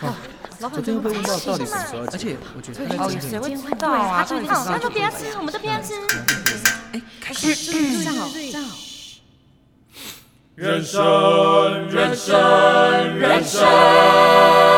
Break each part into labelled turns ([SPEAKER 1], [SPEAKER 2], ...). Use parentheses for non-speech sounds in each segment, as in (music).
[SPEAKER 1] 啊，
[SPEAKER 2] 老
[SPEAKER 1] 昨
[SPEAKER 2] 板
[SPEAKER 1] 天又被问到到底什么时候要
[SPEAKER 3] 而
[SPEAKER 1] 结
[SPEAKER 3] 且
[SPEAKER 1] 婚，
[SPEAKER 3] 我觉得
[SPEAKER 2] 哦
[SPEAKER 3] 他
[SPEAKER 2] 也
[SPEAKER 3] 的
[SPEAKER 2] 谁
[SPEAKER 3] 精
[SPEAKER 2] 会
[SPEAKER 3] 神，
[SPEAKER 2] 知道啊？
[SPEAKER 4] 对
[SPEAKER 2] 到底
[SPEAKER 4] 他
[SPEAKER 2] 是
[SPEAKER 4] 就不要吃，我们都不要吃。
[SPEAKER 2] 这样哦，这样哦。
[SPEAKER 5] 人生，人生，人生。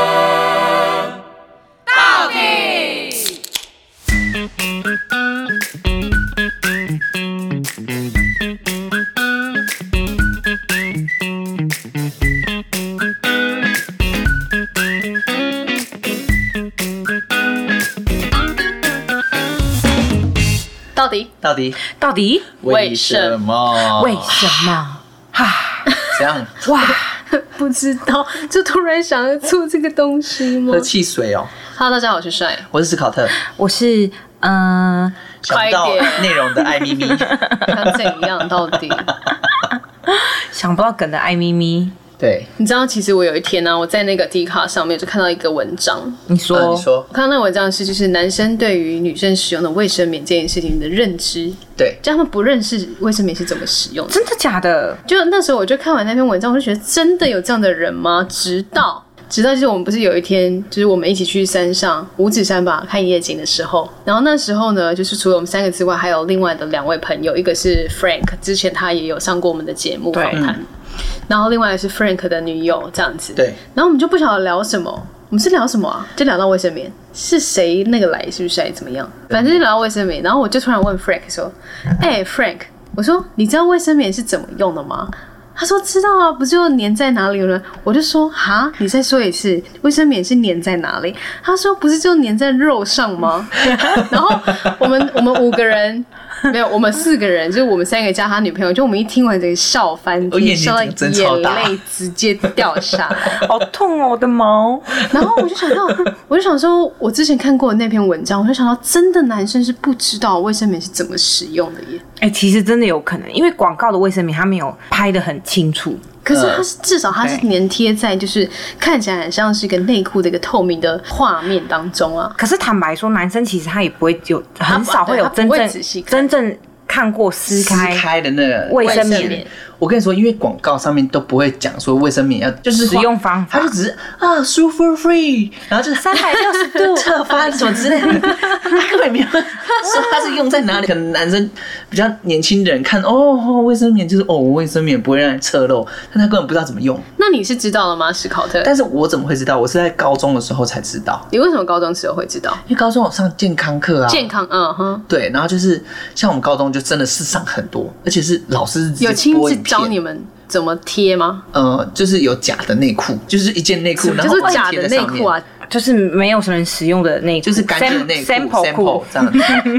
[SPEAKER 4] 到底
[SPEAKER 3] 到底
[SPEAKER 2] 到底
[SPEAKER 3] 为什么？
[SPEAKER 2] 为什么？
[SPEAKER 3] 这样
[SPEAKER 4] 不知道，就突然想要做这个东西吗
[SPEAKER 3] (laughs) 喝汽水哦。
[SPEAKER 4] ？Hello，大家好，我是帅，
[SPEAKER 3] 我是斯考特，
[SPEAKER 2] 我是嗯、呃
[SPEAKER 3] 想不到
[SPEAKER 4] 快点
[SPEAKER 3] 内容的
[SPEAKER 4] (laughs)
[SPEAKER 3] 爱咪咪。
[SPEAKER 4] 他怎样？到 (laughs) 底？
[SPEAKER 2] 想不到梗的爱咪咪，
[SPEAKER 3] 对，
[SPEAKER 4] 你知道，其实我有一天呢、我在那个 D 卡上面就看到一个文章，
[SPEAKER 2] 你说、
[SPEAKER 3] 呃你说
[SPEAKER 4] 我看到那个文章是就是男生对于女生使用的卫生棉这件事情的认知，
[SPEAKER 3] 对，
[SPEAKER 4] 就他们不认识卫生棉是怎么使用的。
[SPEAKER 2] 真的假的？
[SPEAKER 4] 就那时候我就看完那篇文章，我就觉得真的有这样的人吗？直到直到就是我们不是有一天，就是我们一起去山上五指山吧看夜景的时候，然后那时候呢，就是除了我们三个之外，还有另外的两位朋友，一个是 Frank，之前他也有上过我们的节目
[SPEAKER 2] 对
[SPEAKER 4] 访谈，然后另外是 Frank 的女友这样子，
[SPEAKER 3] 对，
[SPEAKER 4] 然后我们就不晓得聊什么，我们是聊什么啊？就聊到卫生棉是谁那个来，是不是还怎么样？反正就聊到卫生棉，然后我就突然问 Frank 说：“哎、f r a n k 我说你知道卫生棉是怎么用的吗？”他说：“知道啊，不就粘在哪里了？”我就说：“哈，你再说一次，卫生棉是粘在哪里？”他说：“不是就粘在肉上吗？” (laughs) 然后我们我们五个人。没有，我们四个人，就是我们三个加他女朋友，就我们一听完这个笑翻
[SPEAKER 3] 哦
[SPEAKER 4] 天，
[SPEAKER 3] 眼睛
[SPEAKER 4] 笑到
[SPEAKER 3] 真的超
[SPEAKER 4] 眼
[SPEAKER 3] 大
[SPEAKER 4] 泪直接掉下来。
[SPEAKER 2] 好痛哦，我的毛！ (laughs)
[SPEAKER 4] 然后我就想到，我就想说，我之前看过的那篇文章，我就想到，真的男生是不知道卫生棉是怎么使用的耶。
[SPEAKER 2] 哎、其实真的有可能，因为广告的卫生棉它没有拍的很清楚，
[SPEAKER 4] 可
[SPEAKER 3] 嗯
[SPEAKER 4] 是它是至少它是粘贴在就是看起来很像是一个内裤的一个透明的画面当中啊。
[SPEAKER 2] 可是坦白说，男生其实他也不会有很少会有
[SPEAKER 4] 他不
[SPEAKER 2] 真
[SPEAKER 4] 他不
[SPEAKER 2] 正
[SPEAKER 4] 会仔细
[SPEAKER 2] 真
[SPEAKER 4] 看
[SPEAKER 2] 正看过撕
[SPEAKER 3] 撕
[SPEAKER 2] 开
[SPEAKER 3] 开的那个
[SPEAKER 2] 卫生
[SPEAKER 4] 卫生棉
[SPEAKER 2] 棉，
[SPEAKER 3] 我跟你说，因为广告上面都不会讲说卫生棉要就是
[SPEAKER 2] 使用方法
[SPEAKER 3] 它就只是啊舒服 free，然后就是三百六十度 (laughs) 侧翻什么之
[SPEAKER 4] (laughs)
[SPEAKER 3] 类的，他根本没有说它是用在哪里。可能男生比较年轻人看哦，卫生棉就是哦，卫生棉不会让人侧漏，但他根本不知道怎么用。
[SPEAKER 4] 那你是知道了吗，史考特？
[SPEAKER 3] 但是我怎么会知道？我是在高中的时候才知道，
[SPEAKER 4] 你为什么高中时候会知道
[SPEAKER 3] 因为高中我上健康课啊，
[SPEAKER 4] 健康？嗯哼，
[SPEAKER 3] 对，然后就是像我们高中就真的是上很多，而且是老师是直接
[SPEAKER 4] 有亲
[SPEAKER 3] 播
[SPEAKER 4] 自
[SPEAKER 3] 影片
[SPEAKER 4] 教你们怎么贴吗？
[SPEAKER 3] 呃，就是有假的内裤，就是一件内裤，然
[SPEAKER 4] 就
[SPEAKER 3] 后
[SPEAKER 4] 是
[SPEAKER 3] 把它
[SPEAKER 4] 假
[SPEAKER 3] 贴
[SPEAKER 4] 的
[SPEAKER 3] 在
[SPEAKER 4] 内
[SPEAKER 3] 上面
[SPEAKER 4] 裤啊，，
[SPEAKER 2] 就是没有什么人使用的内裤，
[SPEAKER 3] 就是干净的内裤
[SPEAKER 2] sam- sample 裤。
[SPEAKER 3] 这样子。
[SPEAKER 2] (laughs)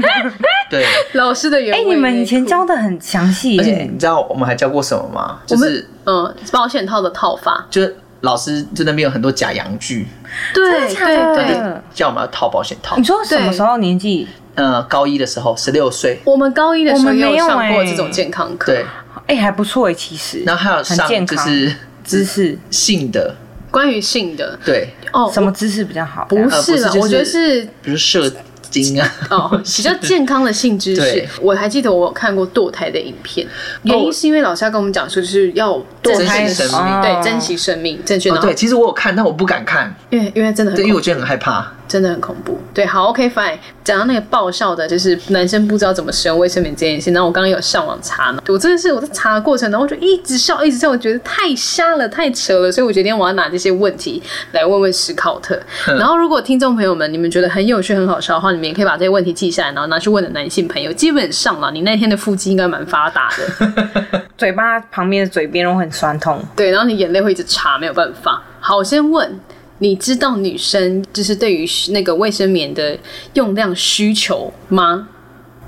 [SPEAKER 3] 对，
[SPEAKER 4] 老师的原
[SPEAKER 2] 哎、
[SPEAKER 4] 味
[SPEAKER 2] 你们以前
[SPEAKER 4] 内裤
[SPEAKER 2] 教的很详细
[SPEAKER 3] 而且
[SPEAKER 2] 耶，
[SPEAKER 3] 你知道我们还教过什么吗？就是
[SPEAKER 4] 嗯保险套的套法，
[SPEAKER 3] 就是老师就那边有很多假洋具，
[SPEAKER 4] 对
[SPEAKER 2] 假的
[SPEAKER 4] 对对
[SPEAKER 3] 就。叫我们要套保险套
[SPEAKER 2] 你。说什么时候年纪？
[SPEAKER 3] 呃，高一的时候，十六岁，
[SPEAKER 4] 我们高一的时
[SPEAKER 2] 我
[SPEAKER 4] 候
[SPEAKER 2] 们
[SPEAKER 4] 也
[SPEAKER 2] 没
[SPEAKER 4] 有
[SPEAKER 2] 有
[SPEAKER 4] 上过
[SPEAKER 2] 欸
[SPEAKER 4] 这种健康课，
[SPEAKER 3] 对，
[SPEAKER 2] 哎、还不错哎，其实。
[SPEAKER 3] 然后还有
[SPEAKER 2] 很健
[SPEAKER 3] 上就
[SPEAKER 2] 康
[SPEAKER 3] 是
[SPEAKER 2] 知识，
[SPEAKER 3] (laughs) 性的，
[SPEAKER 4] 关于性的
[SPEAKER 3] 对，
[SPEAKER 4] 哦，
[SPEAKER 2] 什么姿势比较好？
[SPEAKER 4] 我
[SPEAKER 2] 这
[SPEAKER 4] 不
[SPEAKER 2] 样
[SPEAKER 4] 是
[SPEAKER 3] 呃
[SPEAKER 4] 啦
[SPEAKER 3] 不是，就是
[SPEAKER 4] 我觉得是
[SPEAKER 3] 比如射精啊， (laughs)
[SPEAKER 4] 哦比较健康的性知识
[SPEAKER 3] 对。
[SPEAKER 4] 我还记得我有看过堕胎的影片，原因是因为老师要跟我们讲说，就是要
[SPEAKER 3] 珍
[SPEAKER 4] 珍
[SPEAKER 3] 惜
[SPEAKER 4] 惜
[SPEAKER 3] 生
[SPEAKER 4] 生
[SPEAKER 3] 命。
[SPEAKER 2] 哦
[SPEAKER 4] 对，珍惜生命，正确
[SPEAKER 3] 哦
[SPEAKER 4] 的、
[SPEAKER 3] 对，其实我有看，但我不敢看，
[SPEAKER 4] 因为因为真的很
[SPEAKER 3] 对，
[SPEAKER 4] 恐
[SPEAKER 3] 因为
[SPEAKER 4] 怖
[SPEAKER 3] 我觉得很害怕。
[SPEAKER 4] 真的很恐怖。对，好，OK fine。讲到那个爆笑的，就是男生不知道怎么使用卫生棉这件事，然后我刚刚有上网查呢，我真的是我在查的过程，然后我就一直笑，一直笑，我觉得太瞎了，太扯了，所以我决定我要拿这些问题来问问史考特。然后如果听众朋友们你们觉得很有趣、很好笑的话，你们也可以把这些问题记下来，然后拿去问你的男性朋友。基本上啦，你那天的腹肌应该蛮发达的，
[SPEAKER 2] 嘴巴旁边的嘴边肉很酸痛。
[SPEAKER 4] 对，然后你眼泪会一直擦，没有办法。好，我先问。你知道女生就是对于那个卫生棉的用量需求吗？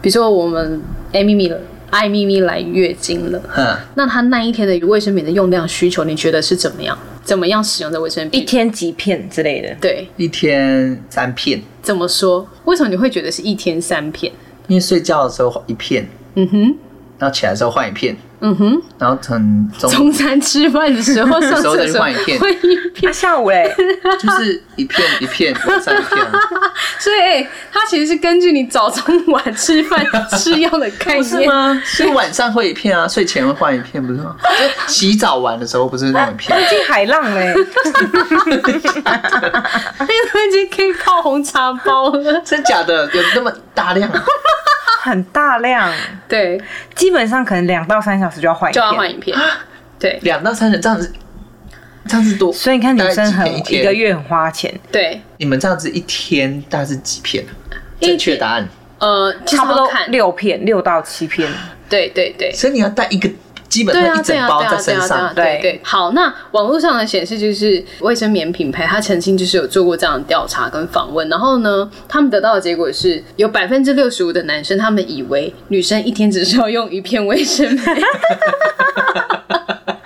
[SPEAKER 4] 比如说我们艾咪咪了，艾咪咪来月经了，
[SPEAKER 3] 哼，
[SPEAKER 4] 那她那一天的卫生棉的用量需求，你觉得是怎么样？怎么样使用的卫生棉？
[SPEAKER 2] 一天几片之类的，
[SPEAKER 4] 对，
[SPEAKER 3] 一天三片，
[SPEAKER 4] 怎么说？为什么你会觉得是一天三片？
[SPEAKER 3] 因为睡觉的时候一片，
[SPEAKER 4] 嗯哼，
[SPEAKER 3] 然后起来的时候换一片，
[SPEAKER 4] 嗯哼，
[SPEAKER 3] 然后很中
[SPEAKER 4] 中餐吃饭的时
[SPEAKER 3] (laughs)
[SPEAKER 4] 候上
[SPEAKER 3] 哦时候
[SPEAKER 4] 厕
[SPEAKER 3] 再去
[SPEAKER 4] 所
[SPEAKER 3] 换一片
[SPEAKER 4] 会一片
[SPEAKER 2] 那、，啊下午嘞，
[SPEAKER 3] 就是一片一片，晚上一片啊。
[SPEAKER 4] 所以、欸、它其实是根据你早中 (laughs) 晚吃
[SPEAKER 3] (laughs)
[SPEAKER 4] 饭吃药的概念。
[SPEAKER 3] 吗？所以晚上会一片啊，睡前会换一片，不是吗？
[SPEAKER 2] (laughs)
[SPEAKER 3] 就洗澡完的时候不是那种一片，
[SPEAKER 2] 进海浪嘞，
[SPEAKER 4] 可以泡红茶包了。
[SPEAKER 3] 真假的有那么大量？
[SPEAKER 2] 很大量，
[SPEAKER 4] 对，
[SPEAKER 2] 基本上可能两到三小时就要换一
[SPEAKER 4] 就
[SPEAKER 2] 片。
[SPEAKER 4] 要换影片。对
[SPEAKER 3] 两到三人这样子，这样子多。
[SPEAKER 2] 所以你看，女生
[SPEAKER 3] 大概
[SPEAKER 2] 很
[SPEAKER 3] 几片
[SPEAKER 2] 一
[SPEAKER 3] 一
[SPEAKER 2] 个
[SPEAKER 3] 天，
[SPEAKER 2] 月很花钱，
[SPEAKER 4] 对，
[SPEAKER 3] 你们这样子一天大概是几片啊？
[SPEAKER 4] 一
[SPEAKER 3] 正确答案。
[SPEAKER 4] 呃，
[SPEAKER 2] 差不多
[SPEAKER 4] 看。
[SPEAKER 2] 六片，六到七片。
[SPEAKER 4] 对对对。
[SPEAKER 3] 所以你要带一个，基本
[SPEAKER 4] 对啊，
[SPEAKER 3] 上一
[SPEAKER 4] 对
[SPEAKER 3] 整
[SPEAKER 4] 啊，
[SPEAKER 3] 包
[SPEAKER 4] 对啊，
[SPEAKER 3] 在
[SPEAKER 4] 对
[SPEAKER 3] 身
[SPEAKER 4] 啊，对啊
[SPEAKER 3] 上。
[SPEAKER 4] 对
[SPEAKER 2] 对
[SPEAKER 4] 对。好，那网络上的显示就是卫生棉品牌，它曾经就是有做过这样的调查跟访问，然后呢，他们得到的结果是有百分之六十五的男生他们以为女生一天只需要用一片卫生棉，
[SPEAKER 2] 啊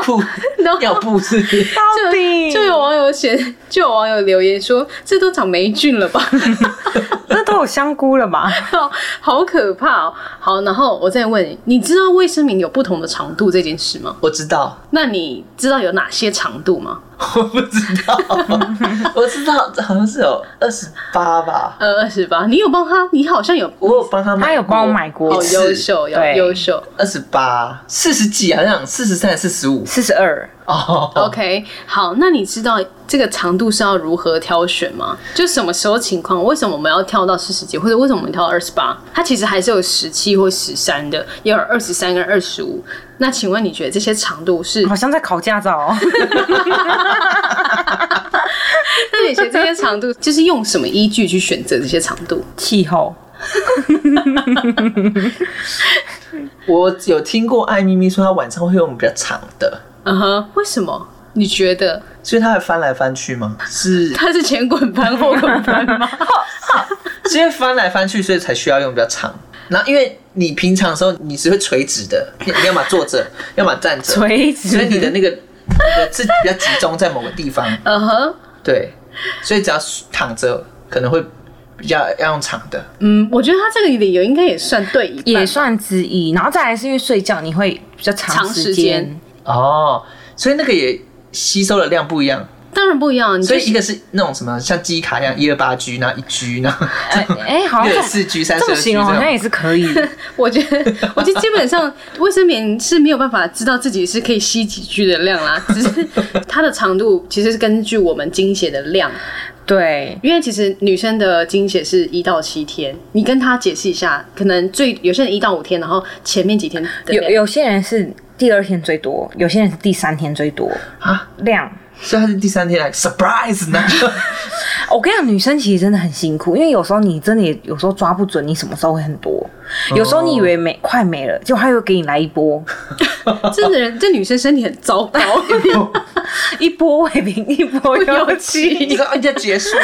[SPEAKER 2] (laughs)
[SPEAKER 3] 裤
[SPEAKER 4] 然后、
[SPEAKER 3] 尿布是
[SPEAKER 2] 到底
[SPEAKER 4] 就有网友写，就有网友留言说，这都长霉菌了吧，
[SPEAKER 2] 那都有香菇了吧？
[SPEAKER 4] (laughs) 好可怕哦。好，然后我再问你，你知道卫生棉有不同的长度这件事吗？
[SPEAKER 3] 我知道， (laughs)
[SPEAKER 4] 那你知道有哪些长度吗？
[SPEAKER 3] 我不知
[SPEAKER 2] (laughs)
[SPEAKER 3] 道，我知道好像是有二十八吧。
[SPEAKER 4] 呃，二十八，你有帮他，你好像有
[SPEAKER 3] 我有帮他买，
[SPEAKER 2] 他有帮我买过
[SPEAKER 4] 好
[SPEAKER 2] 好
[SPEAKER 4] 优秀，有
[SPEAKER 2] 对
[SPEAKER 4] 优秀。
[SPEAKER 3] 二十八、四十几，好像四十三、四十五
[SPEAKER 2] 四十二，
[SPEAKER 3] 哦。
[SPEAKER 4] OK，好，那你知道这个长度是要如何挑选吗？就什么时候情况，为什么我们要跳到四十几，或者为什么我们跳到二十八？它其实还是有十七或十三的，也有二十三跟二十五。那请问你觉得这些长
[SPEAKER 2] (laughs)
[SPEAKER 4] 度是？
[SPEAKER 2] 好像在考驾照、哦。 (laughs)
[SPEAKER 4] 那你觉得这些长度就是用什么依据去选择这些长度？
[SPEAKER 2] 气候
[SPEAKER 3] 我有听过艾咪咪说，她晚上会用比较长的，
[SPEAKER 4] 嗯哼，为什么？你觉得
[SPEAKER 3] 所以她会翻来翻去吗？是，
[SPEAKER 4] 它是前滚翻后滚翻吗？
[SPEAKER 3] 是因为翻来翻去，所以才需要用比较长。然后，因为你平常的时候你是会垂直的，你你要么坐 (laughs) 着，要么站着，
[SPEAKER 2] 垂直
[SPEAKER 3] 所以你的那个你的是比较集中在某个地 (laughs) 方，
[SPEAKER 4] 嗯哼，
[SPEAKER 3] 对，所以只要躺着可能会比较要用长的。
[SPEAKER 4] 嗯，我觉得他这个理由应该也算对一半吧，
[SPEAKER 2] 也算之一，然后再来是因为睡觉你会比较长
[SPEAKER 4] 长时
[SPEAKER 2] 间
[SPEAKER 4] 间，
[SPEAKER 3] 哦，所以那个也吸收的量不一样，
[SPEAKER 4] 当然不一样。你
[SPEAKER 3] 所
[SPEAKER 4] 就
[SPEAKER 3] 以一个是那种什么像记忆卡一样一二八 G，然后一 G，然后
[SPEAKER 2] 哎、哎
[SPEAKER 3] (laughs)
[SPEAKER 2] 好
[SPEAKER 3] 六
[SPEAKER 2] 像
[SPEAKER 3] 四 G、三
[SPEAKER 2] 这
[SPEAKER 3] 十
[SPEAKER 2] 么
[SPEAKER 3] 二 G
[SPEAKER 2] 形
[SPEAKER 3] 这
[SPEAKER 2] 容好像
[SPEAKER 3] 样。
[SPEAKER 2] 也是可以。
[SPEAKER 4] 我觉得， (laughs) 我觉得基本上卫生棉是没有办法知道自己是可以吸几句的量啦，只是它的长度其实是根据我们经血的量，
[SPEAKER 2] 对，
[SPEAKER 4] 因为其实女生的经血是一到七天，你跟她解释一下，可能最有些人一到五天，然后前面几天的
[SPEAKER 2] 有
[SPEAKER 4] 量
[SPEAKER 2] 有些人是第二天最多，有些人是第三天最多
[SPEAKER 3] 啊
[SPEAKER 2] 量。
[SPEAKER 3] 所以他是第三天来 surprise 呢，
[SPEAKER 4] (laughs)
[SPEAKER 2] 我跟你讲，女生其实真的很辛苦，因为有时候你真的也有时候抓不准你什么时候会很多，有时候你以为没快没了，结果他又给你来一波，
[SPEAKER 4] 这人这女生身体很糟糕， (laughs)
[SPEAKER 2] 一波未平，一波又 (laughs) 起。
[SPEAKER 3] 你说哎，要结束了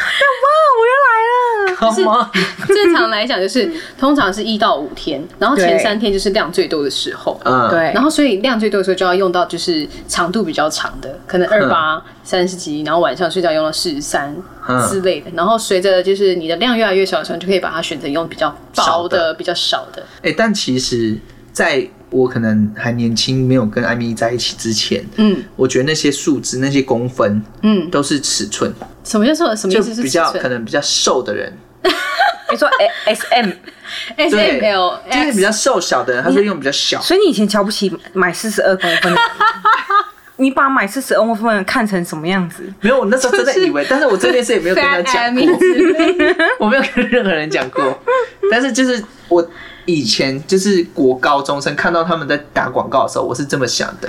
[SPEAKER 4] (laughs)
[SPEAKER 2] 我又来了，
[SPEAKER 3] ，Come on，
[SPEAKER 2] (laughs)
[SPEAKER 4] 正常来讲就是通常是一到五天，然后前
[SPEAKER 2] 对
[SPEAKER 4] 三天就是量最多的时候，
[SPEAKER 3] 嗯，
[SPEAKER 2] 对，
[SPEAKER 4] 然后所以量最多的时候就要用到就是长度比较长的，可能二八三十几，然后晚上睡觉用到四十三
[SPEAKER 3] 嗯
[SPEAKER 4] 之类的。然后随着就是你的量越来越小的时候，你就可以把它选择用比较薄
[SPEAKER 3] 少
[SPEAKER 4] 的、
[SPEAKER 3] 的
[SPEAKER 4] 比较少的。
[SPEAKER 3] 哎、但其实在我可能还年轻，没有跟艾米在一起之前，
[SPEAKER 4] 嗯
[SPEAKER 3] 我觉得那些数字、那些公分
[SPEAKER 4] 嗯，
[SPEAKER 3] 都是尺寸，
[SPEAKER 4] 什么叫做什么意
[SPEAKER 3] 就
[SPEAKER 4] 思是
[SPEAKER 3] 比
[SPEAKER 4] 尺
[SPEAKER 3] 较可
[SPEAKER 4] 寸
[SPEAKER 3] 能比较瘦的人，
[SPEAKER 2] 你说 S M，
[SPEAKER 4] ？S
[SPEAKER 3] 对 (laughs)
[SPEAKER 4] M L
[SPEAKER 3] 就是比
[SPEAKER 4] X
[SPEAKER 3] 较瘦小的人，他会用比较小。
[SPEAKER 2] 所以你以前瞧不起买四十二公分 (laughs) 的，你把买四十二公分的看成什么样子？
[SPEAKER 3] 没有，我那时候真的以为，但是我这件事也没有跟他
[SPEAKER 4] Fat
[SPEAKER 3] 讲
[SPEAKER 4] M
[SPEAKER 3] 过，
[SPEAKER 4] 之类的。
[SPEAKER 3] (laughs) 我没有跟任何人讲过。但是就是我以前就是国高中生看到他们在打广告的时候，我是这么想的。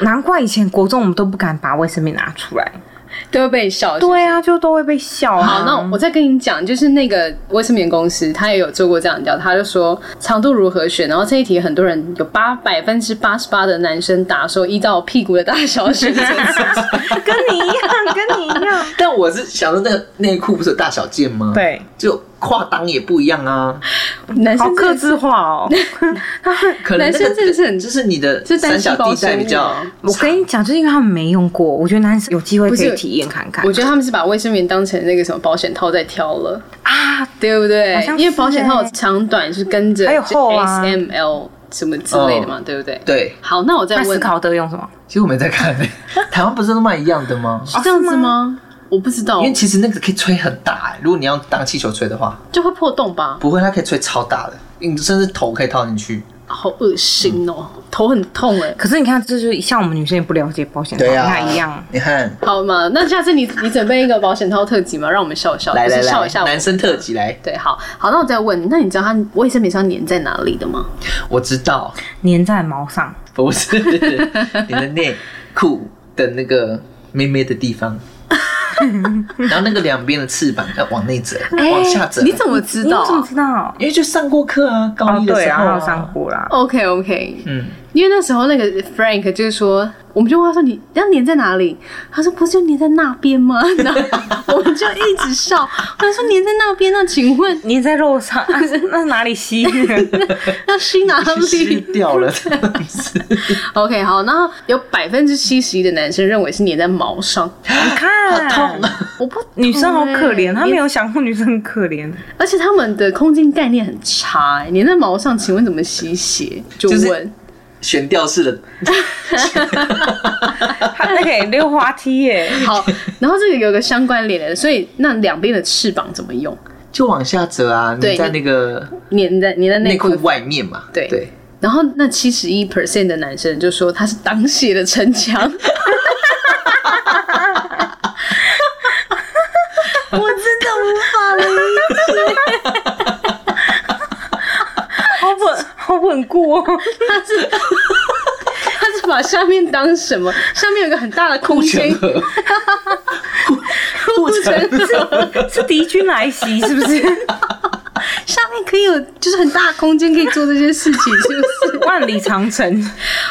[SPEAKER 2] 难怪以前国中我们都不敢把卫生棉拿出来。
[SPEAKER 4] (laughs) 都会被笑。
[SPEAKER 2] 对啊，就都会被笑啊。
[SPEAKER 4] 好，那我再跟你讲，就是那个卫生棉公司，他也有做过这样的调查，他就说长度如何选，然后这一题很多人有八百分之八十八的男生答说依照屁股的大小选择
[SPEAKER 2] (laughs)
[SPEAKER 4] 尺寸。
[SPEAKER 2] 跟你一样，跟你一样。
[SPEAKER 3] 但我是想说，那个内裤不是有大小件吗？，
[SPEAKER 2] (laughs) 对，
[SPEAKER 3] 就跨裆也不一样啊。
[SPEAKER 4] 男
[SPEAKER 2] 好
[SPEAKER 4] 生
[SPEAKER 2] 克
[SPEAKER 4] 真的是
[SPEAKER 2] 制化 (laughs) 哦。
[SPEAKER 3] 可能、
[SPEAKER 4] 男
[SPEAKER 3] 那个
[SPEAKER 4] 生真的是很
[SPEAKER 3] 就是你的
[SPEAKER 4] 是单
[SPEAKER 3] 三
[SPEAKER 4] 细
[SPEAKER 3] 小
[SPEAKER 4] 胞
[SPEAKER 3] 地带比较
[SPEAKER 4] 生物啊
[SPEAKER 2] 我跟你讲，就是因为他们没用过，我觉得男生有机会
[SPEAKER 4] 不
[SPEAKER 2] 可
[SPEAKER 4] 是
[SPEAKER 2] 以体验看看。
[SPEAKER 4] 我觉得他们是把卫生棉当成那个什么保险套在挑了，
[SPEAKER 2] 啊，
[SPEAKER 4] 对不对
[SPEAKER 2] 好？像是
[SPEAKER 4] 因为保险套的长短是跟着
[SPEAKER 2] 还有厚啊
[SPEAKER 4] S M L 什么之类的嘛，对不对？。
[SPEAKER 3] 对。
[SPEAKER 4] 好，那我再
[SPEAKER 2] 那
[SPEAKER 4] 问
[SPEAKER 2] 思，考德用什么？
[SPEAKER 3] 其实我没在看、欸台湾不是都卖一样的吗？
[SPEAKER 4] 是这
[SPEAKER 2] 哦
[SPEAKER 4] 样子吗？我不知道
[SPEAKER 3] 因，为其实那个可以吹很大、欸如果你要当气球吹的话，
[SPEAKER 4] 就会破洞吧？
[SPEAKER 3] 不会，它可以吹超大的，你甚至头可以套进去。
[SPEAKER 4] 好恶心哦！头很痛哎、
[SPEAKER 2] 可是你看，这就是像我们女生也不了解保险套，
[SPEAKER 3] 对啊，
[SPEAKER 2] 那一样。
[SPEAKER 3] 你看，
[SPEAKER 4] 好嘛，那下次你你准备一个保险套特辑嘛，让我们笑一笑，
[SPEAKER 3] 来来
[SPEAKER 4] 就是笑一下
[SPEAKER 3] 来，
[SPEAKER 4] 我
[SPEAKER 3] 男生特辑来，
[SPEAKER 4] 对，好好，那我再问你，那你知道它卫生棉是要粘在哪里的吗？
[SPEAKER 3] 我知道，
[SPEAKER 2] 粘在毛上，
[SPEAKER 3] 不是你的内裤的那个妹妹的地方，然后那个两边的翅膀要往内折，往下折。
[SPEAKER 4] 哎你怎么知
[SPEAKER 2] 你
[SPEAKER 4] 道
[SPEAKER 2] 怎么知道？
[SPEAKER 3] 因为就上过课啊，高
[SPEAKER 2] 哦
[SPEAKER 3] 一，的
[SPEAKER 2] 对
[SPEAKER 3] 时
[SPEAKER 2] 啊，
[SPEAKER 3] 候
[SPEAKER 2] 还
[SPEAKER 3] 啊
[SPEAKER 2] 有上过啦。
[SPEAKER 4] ？OK OK，
[SPEAKER 3] 嗯，
[SPEAKER 4] 因为那时候那个 Frank 就是说，我们就问他说你要粘在哪里？他说不是就粘在那边吗？ (laughs) 然后我们就一直笑，我说粘在那边，那请问
[SPEAKER 2] 粘在肉上， (laughs) 啊那哪里吸？
[SPEAKER 4] (laughs) 要吸哪
[SPEAKER 3] 去湿
[SPEAKER 4] 里
[SPEAKER 3] 掉了，这样子
[SPEAKER 4] ？OK，好，然后有百分之七十一的男生认为是粘在毛上，
[SPEAKER 2] 你看，
[SPEAKER 3] 痛啊！
[SPEAKER 4] 我不
[SPEAKER 2] 女生好可怜，
[SPEAKER 4] 懂欸
[SPEAKER 2] 她没有想过女生很可怜。
[SPEAKER 4] 而且他们的空间概念很差、欸，粘在毛上，请问怎么吸血？就问、
[SPEAKER 3] 是悬吊式的，
[SPEAKER 2] 她那个也溜滑梯
[SPEAKER 4] (laughs)
[SPEAKER 2] 耶，
[SPEAKER 4] 好，然后这个有个相关联的，所以那两边的翅膀怎么用？
[SPEAKER 3] 就往下折啊，
[SPEAKER 4] 对
[SPEAKER 3] 你在那个
[SPEAKER 4] 粘在粘在内
[SPEAKER 3] 内
[SPEAKER 4] 裤
[SPEAKER 3] 裤
[SPEAKER 4] 的
[SPEAKER 3] 外面嘛，
[SPEAKER 4] 对
[SPEAKER 3] 对，
[SPEAKER 4] 然后那七十一 percent 的男生就说他是挡血的城墙。我真的无法理解，
[SPEAKER 2] (laughs) 好稳，好稳固哦。 (laughs)
[SPEAKER 4] 他是他是把下面当什么？下面有个很大的空间，
[SPEAKER 3] 全合，
[SPEAKER 4] (laughs) 护城河，
[SPEAKER 2] 是敌军来袭是不是？ (laughs)
[SPEAKER 4] 下面可以有就是很大的空间可以做这些事情，是不是？ (laughs)
[SPEAKER 2] 万里长城，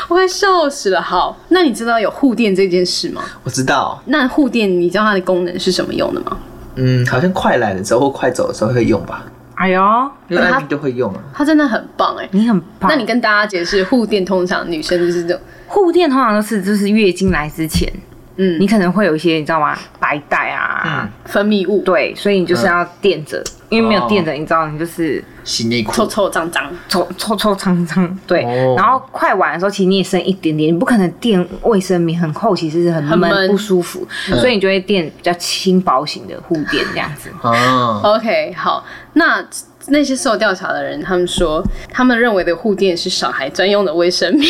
[SPEAKER 4] 我快笑死了。好，那你知道有护垫这件事吗？
[SPEAKER 3] 我知道，
[SPEAKER 4] 那护垫你知道它的功能是什么用的吗？
[SPEAKER 3] 嗯，好像快来的时候或快走的时候会用吧，
[SPEAKER 2] 哎呦，
[SPEAKER 3] 因为
[SPEAKER 4] 嗯它
[SPEAKER 3] 艾米都会用啊，
[SPEAKER 4] 它真的很棒哎、
[SPEAKER 2] 你很棒。
[SPEAKER 4] 那你跟大家解释，护垫通常女生就是这种，
[SPEAKER 2] 护垫通常都是就是月经来之前，
[SPEAKER 4] 嗯，
[SPEAKER 2] 你可能会有一些你知道吗？白带啊，
[SPEAKER 3] 嗯，
[SPEAKER 4] 分泌物，，
[SPEAKER 2] 对，所以你就是要垫着，因为没有垫着，你知道你就是
[SPEAKER 3] 洗内裤
[SPEAKER 4] 臭，臭脏脏，
[SPEAKER 2] 抽抽抽长长，对。
[SPEAKER 3] 哦
[SPEAKER 2] 然后快完的时候，其实你也剩一点点，你不可能垫卫生棉很厚，其实是很
[SPEAKER 4] 很闷
[SPEAKER 2] 闷不舒服，所以你就会垫比较轻薄型的护垫这样子。
[SPEAKER 4] 哦
[SPEAKER 3] 啊，
[SPEAKER 4] OK，好，那那些受调查的人，他们说，他们认为的护垫是小孩专用的卫生棉，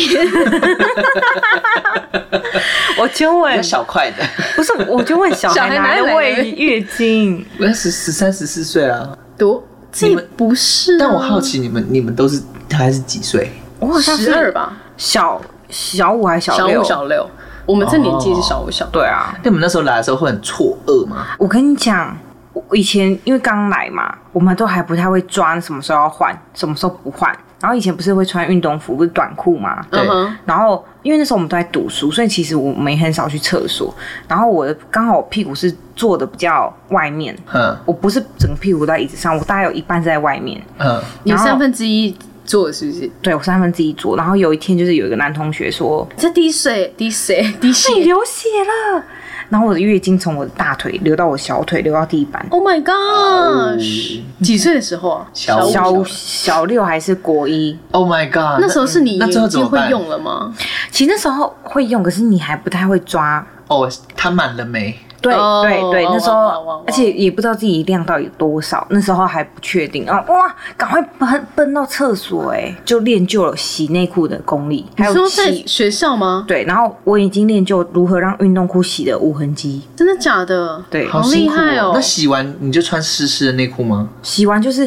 [SPEAKER 2] 我就
[SPEAKER 3] 比
[SPEAKER 2] 问
[SPEAKER 3] 较，小块的，
[SPEAKER 2] 不是，我就问小
[SPEAKER 4] (laughs) 小
[SPEAKER 2] 孩
[SPEAKER 4] 孩
[SPEAKER 2] 哪来
[SPEAKER 4] 哪
[SPEAKER 2] 的
[SPEAKER 4] 来的
[SPEAKER 2] 喂月经？
[SPEAKER 3] 我十十三十四岁啊，
[SPEAKER 4] 多，这
[SPEAKER 3] 你
[SPEAKER 4] 也
[SPEAKER 3] 们
[SPEAKER 4] 不是、啊，
[SPEAKER 3] 但我好，奇你们你们都是还是几岁？
[SPEAKER 2] 我好像
[SPEAKER 4] 十二
[SPEAKER 2] 是
[SPEAKER 4] 吧，
[SPEAKER 2] 小小五还是小
[SPEAKER 4] 小
[SPEAKER 2] 六？
[SPEAKER 4] 五小六，我们这年纪是小五小六，
[SPEAKER 2] 对啊，
[SPEAKER 3] 那你们那时候来的时候会很错愕吗？
[SPEAKER 2] 我跟你讲，我以前因为刚来嘛，我们都还不太会抓什么时候要换，什么时候不换。然后以前不是会穿运动服，不是短裤吗？
[SPEAKER 3] 对
[SPEAKER 4] 嗯哼，
[SPEAKER 2] 然后因为那时候我们都在读书，所以其实我们也很少去厕所。然后我的刚好我屁股是坐的比较外面，
[SPEAKER 3] 嗯
[SPEAKER 2] 我不是整个屁股都在椅子上，我大概有一半是在外面。
[SPEAKER 3] 嗯，
[SPEAKER 4] 有
[SPEAKER 2] 然后
[SPEAKER 4] 三分之一做是不是？
[SPEAKER 2] 对我三分之一坐。然后有一天就是有一个男同学说
[SPEAKER 4] 这滴水，滴水，滴
[SPEAKER 2] 你
[SPEAKER 4] 血
[SPEAKER 2] 流血了，然后我的月经从我的大腿流到我小腿，流到地板。
[SPEAKER 4] ，Oh my gosh！几岁的时候啊？
[SPEAKER 3] 小
[SPEAKER 2] 小
[SPEAKER 3] 五
[SPEAKER 2] 小六还是国一，
[SPEAKER 3] ，Oh my god，
[SPEAKER 4] 那时候是你
[SPEAKER 3] 那最
[SPEAKER 4] 已
[SPEAKER 3] 后
[SPEAKER 4] 经
[SPEAKER 3] 怎么
[SPEAKER 4] 会
[SPEAKER 3] 办？
[SPEAKER 4] 用了吗？
[SPEAKER 2] 其实那时候会用，可是你还不太会抓。
[SPEAKER 3] 哦，它满了没？
[SPEAKER 2] 对
[SPEAKER 4] 哦
[SPEAKER 2] 对对，
[SPEAKER 4] 哇
[SPEAKER 2] 那时候
[SPEAKER 4] 哇哇哇
[SPEAKER 2] 而且也不知道自己量到底有多少，那时候还不确定啊！哇，赶快奔奔到厕所、哎，就练就了洗内裤的功力，还
[SPEAKER 4] 你
[SPEAKER 2] 有
[SPEAKER 4] 说在
[SPEAKER 2] 洗
[SPEAKER 4] 学校吗？
[SPEAKER 2] 对，然后我已经练就如何让运动裤洗的无痕迹。
[SPEAKER 4] 真的假的？
[SPEAKER 2] 对
[SPEAKER 4] 好厉害
[SPEAKER 3] 辛苦
[SPEAKER 4] 哦
[SPEAKER 3] 那！洗完你就穿湿湿的内裤吗？
[SPEAKER 2] 洗完就是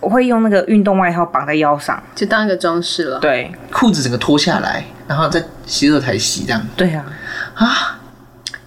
[SPEAKER 2] 我会用那个运动外套绑在腰上。
[SPEAKER 4] 就当一个装饰了。
[SPEAKER 2] 对
[SPEAKER 3] 裤子整个脱下来，然后在洗手台洗这样
[SPEAKER 2] 对啊，
[SPEAKER 3] 啊？